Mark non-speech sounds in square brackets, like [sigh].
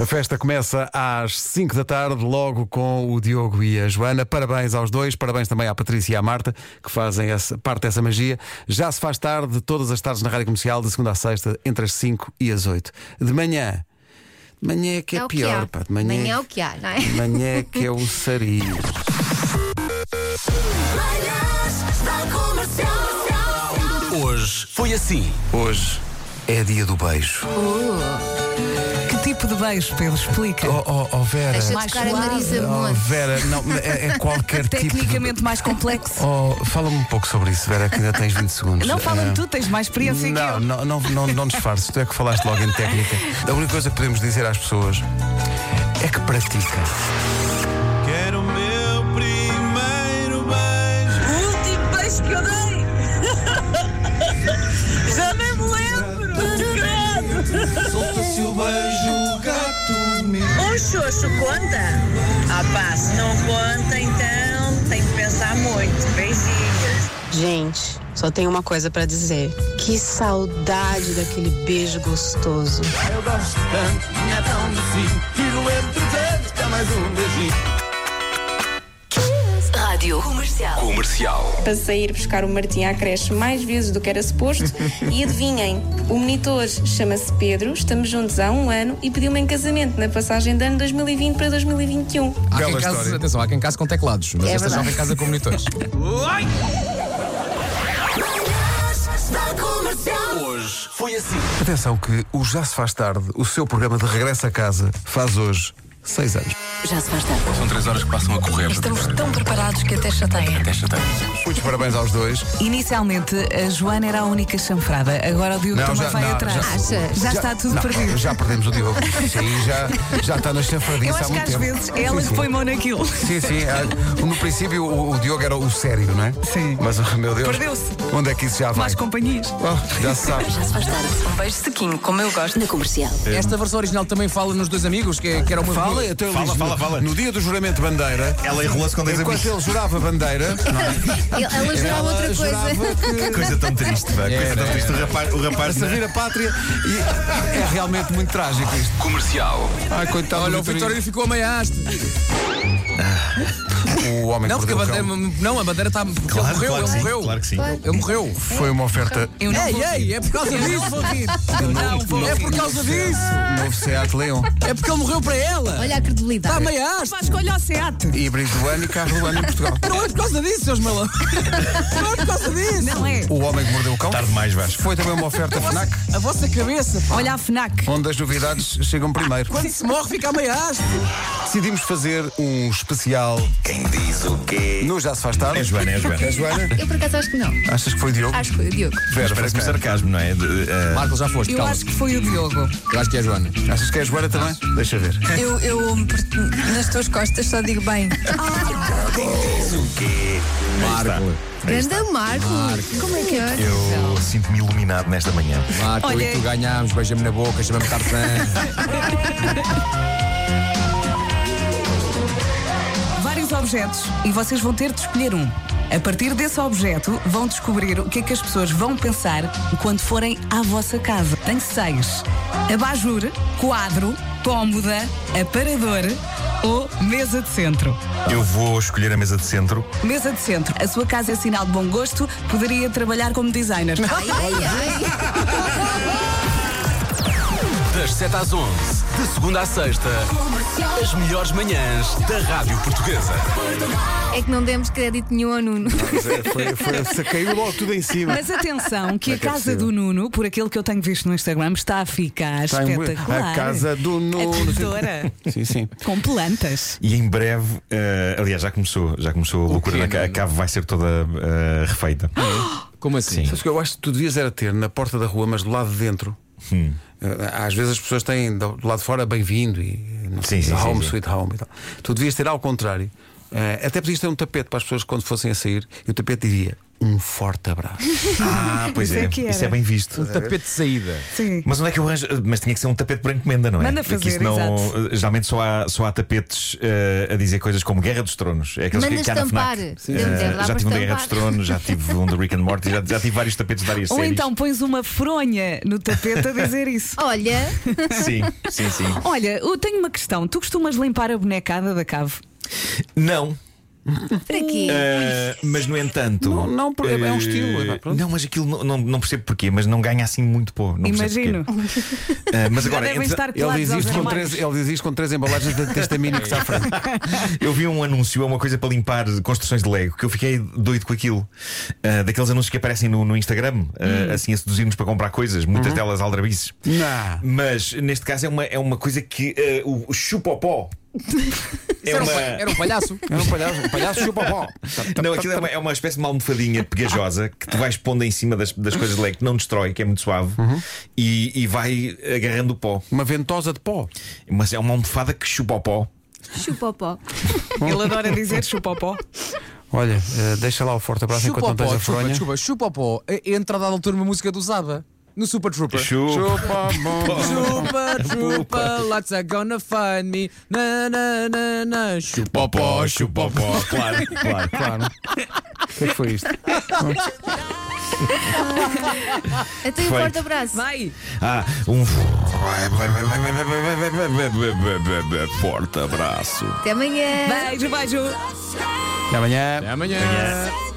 A festa começa às 5 da tarde, logo com o Diogo e a Joana. Parabéns aos dois, parabéns também à Patrícia e à Marta, que fazem essa- parte dessa magia. Já se faz tarde, todas as tardes na Rádio Comercial, de segunda à sexta, entre as 5 e as 8. De manhã. De manhã é que é, o que pior, há. pá. De manhã, Manhã é o que há, não é? de manhã é que é o sarilho. Manhãs da Comercial. Hoje foi assim. Hoje é dia do beijo. Que tipo de beijo, Pedro? Explica. Oh, oh, oh, Vera. Deixa de Mais tocar a suave. Marisa Oh, Monte. Vera, não, é, é [laughs] qualquer tipo. de- Tecnicamente mais complexo. Oh, fala-me um pouco sobre isso, Vera, que ainda tens 20 segundos. Não fala-me Eh, tu, tens mais experiência que Não, eu. não, não, não, não disfarces, tu é que falaste logo em técnica. A única coisa que podemos dizer às pessoas é que pratica. Quero o meu primeiro beijo. O último beijo que eu dei. Já nem me lembro. Credo. Solta-se o beijo, gato meu. O xoxo conta? Ah pá, se não conta, então tem que pensar muito. Beijinhos. Gente, só tenho uma coisa pra dizer. Que saudade daquele beijo gostoso. Eu gosto tanto, é tão docinho. Tiro entre tanto, dá mais um beijinho. Rádio Comercial. Comercial. passei a ir buscar o Martim à creche mais vezes do que era suposto e adivinhem, o monitor chama-se Pedro, estamos juntos há um ano e pediu-me em casamento na passagem de ano 2020 para 2021. Há Bela quem case, história. atenção, há quem case com teclados, mas esta [laughs] jovem casa com monitores. Manhãs da Comercial. Hoje foi assim. Atenção que o Já se faz tarde, o seu programa de regresso a casa, faz hoje 6 anos. Já se faz tarde. São três horas que passam a correr. Estamos tão preparados que até chateia. Até chateia. Muitos parabéns aos dois. Inicialmente, a Joana era a única chanfrada. Agora o Diogo Não, também já- vai não, atrás. já- Já, Achas? está tudo Não, perdido. Já perdemos o Diogo. Isso aí já, já está na chanfradiça eu há acho que muito às tempo. vezes é ela Sim, que sim. põe mão naquilo. Sim, sim. ah, No princípio, o, o Diogo era o sério, não é? Sim. Mas, oh, meu Deus. Perdeu-se. Onde é que isso já vai? Mais companhias. Oh, já se sabe. Já se faz tarde. Um beijo sequinho, como eu gosto. Na comercial. Esta versão original também fala nos dois amigos, que, que era uma. Fala, eu tenho Fala, lido. fala, fala. No dia do juramento de bandeira, Ela enrolou-se com dois enquanto amigos. ele jurava a [laughs] bandeira, não é? Ele- Ela jurava ela outra coisa. jurava [laughs] que Coisa tão triste, pá. Coisa tão triste. O É. rapaz, o para rapaz servir a pátria e é realmente muito trágico isto. Comercial. Ai, coitado, Olha, o Vitorino ficou a meia haste. o homem Não, que porque a perdeu o bandeira. cão Não, a bandeira está. porque Ah, Claro, ele morreu, claro que ele sim, morreu. claro que sim. Ele morreu. foi uma oferta. Eu não vou- Ei, ei, é por causa disso, vou rir. não vou É por causa disso. Novo Seat Leon É porque ele morreu para ela. Tá Olha a Está a Tá credibilidade. meia haste. Escolha o SEAT. híbrido do ano e carro do ano em Portugal. Não é por causa disso, seus [laughs] malandros. Não é por causa disso. Não é. O homem que mordeu o cão tarde mais, Vasco. foi também uma oferta Fnac, A vossa cabeça, pá. Olha a FNAC. onde as novidades chegam primeiro. Quando se morre, fica a meia haste. Decidimos fazer um especial Quem diz o quê? no Já se faz tarde. É Joana, é Joana. É Joana? Eu por acaso acho que não. Achas que foi Diogo? Acho que foi o Diogo. Mas Vera, parece-me foi quem? sarcasmo, não é? De- eh, Marco, já foste, Eu acho que foi o Diogo. Eu acho que é a Joana. Achas que é a Joana também? Ah, Deixa ver. Eu, eu nas tuas costas só digo [laughs] bem. Ah. Marco. Grande Marco. Como é que é? eu sinto-me iluminado nesta manhã. Marco, Olha- e tu ganhámos, beija-me na boca, chama-me Tarzan. vários objetos e vocês vão ter de escolher um. A partir desse objeto, vão descobrir o que é que as pessoas vão pensar quando forem à vossa casa. Tem seis: abajur, quadro, cômoda, aparador ou mesa de centro. Ah. Eu vou escolher a mesa de centro. Mesa de centro. A sua casa é sinal de bom gosto, poderia trabalhar como designer. Das 7 às 11, de segunda à sexta, as melhores manhãs da Rádio Portuguesa. É que não demos crédito nenhum ao Nuno. é, Foi, foi, se caiu logo tudo em cima. Mas atenção, que Não é a que é casa possível. do Nuno, por aquilo que eu tenho visto no Instagram, está a ficar Está em- espetacular. É A casa do Nuno. A corredora. Sim, sim. Com plantas. E em breve, eh, aliás, já começou, já começou a loucura. quê, na ca- a Nuno? cave vai ser toda eh, refeita. Ah. Como assim? Sabes o que eu acho que tu devias era ter na porta da rua, mas do lado de dentro. Eh, Às vezes as pessoas têm do do lado de fora bem-vindo e eh, não sei, Sim, sim, sim, home sim. sweet home e tal. Tu devias ter ao contrário. Eh, até podias ter um tapete para as pessoas quando fossem a sair e o tapete diria um forte abraço. Ah, pois Isso é é. que era. Isso é bem visto. Um tapete de saída. Sim. Mas onde é que eu arranjo? Mas tinha que ser um tapete branco menda, não é? Manda Porque fazer, isso não- eh, exato. Geralmente só há, só há tapetes eh, a dizer coisas como Guerra dos Tronos. É aqueles Manda que, que há na estampar. FNAC. Sim, Eh, sim. Deve dar já para tive um da Guerra dos estampar. Tronos, já tive um do Rick and Morty, já, já tive vários tapetes de várias Ou séries. então pões uma fronha no tapete a dizer isso. Olha, Sim, sim, sim. Olha, eu tenho uma questão. Tu costumas limpar a bonecada da cave? Não. para quê? eh, mas no entanto. Não, não, porque é um eh, estilo, é pá, pronto. Não, mas aquilo não, não, não percebo porquê, mas não ganha assim muito pó. Não percebo porquê. Imagino. Eh, mas Já agora, devem entra- estar Ele colados diz, aos isto com armários. três, ele diz isto com três embalagens de testamina que está à frente. Eu vi um anúncio, é uma coisa para limpar construções de Lego, que eu fiquei doido com aquilo. Ah, daqueles anúncios que aparecem no, no Instagram, ah, Hum. assim a seduzir-nos para comprar coisas, Uhum. muitas delas aldrabices. Não. Mas neste caso é uma, é uma coisa que ah, o- [laughs] o chupopó. É Era, um, uma- pa- era um palhaço. É um palhaço, um palhaço chupa pó. Não, aquilo é uma, é uma espécie de uma almofadinha pegajosa que tu vais pondo em cima das, das coisas de Lego que não destrói, que é muito suave, Uhum. e, e vai agarrando o pó. Uma ventosa de pó. Mas é uma almofada que chupa o pó. Chupa o pó. Ele adora dizer chupopó. Olha, eh, deixa lá o forte abraço Chupa enquanto o não tens pó, a desculpa, fronha. desculpa, chupa o pó. E- Entra a dada altura uma música do Zaba no Super Trooper. Chupa. Chupa pó. [laughs] Chupa, chupa, lots are gonna find me. Na, na, na, na. Chupa o pó, chupa o pó. Claro, claro. Claro. O que é que foi isto? Até o Foi. forte abraço. Vai! Ah, um forte abraço. Até amanhã. Beijo, beijo! Até amanhã. Até amanhã.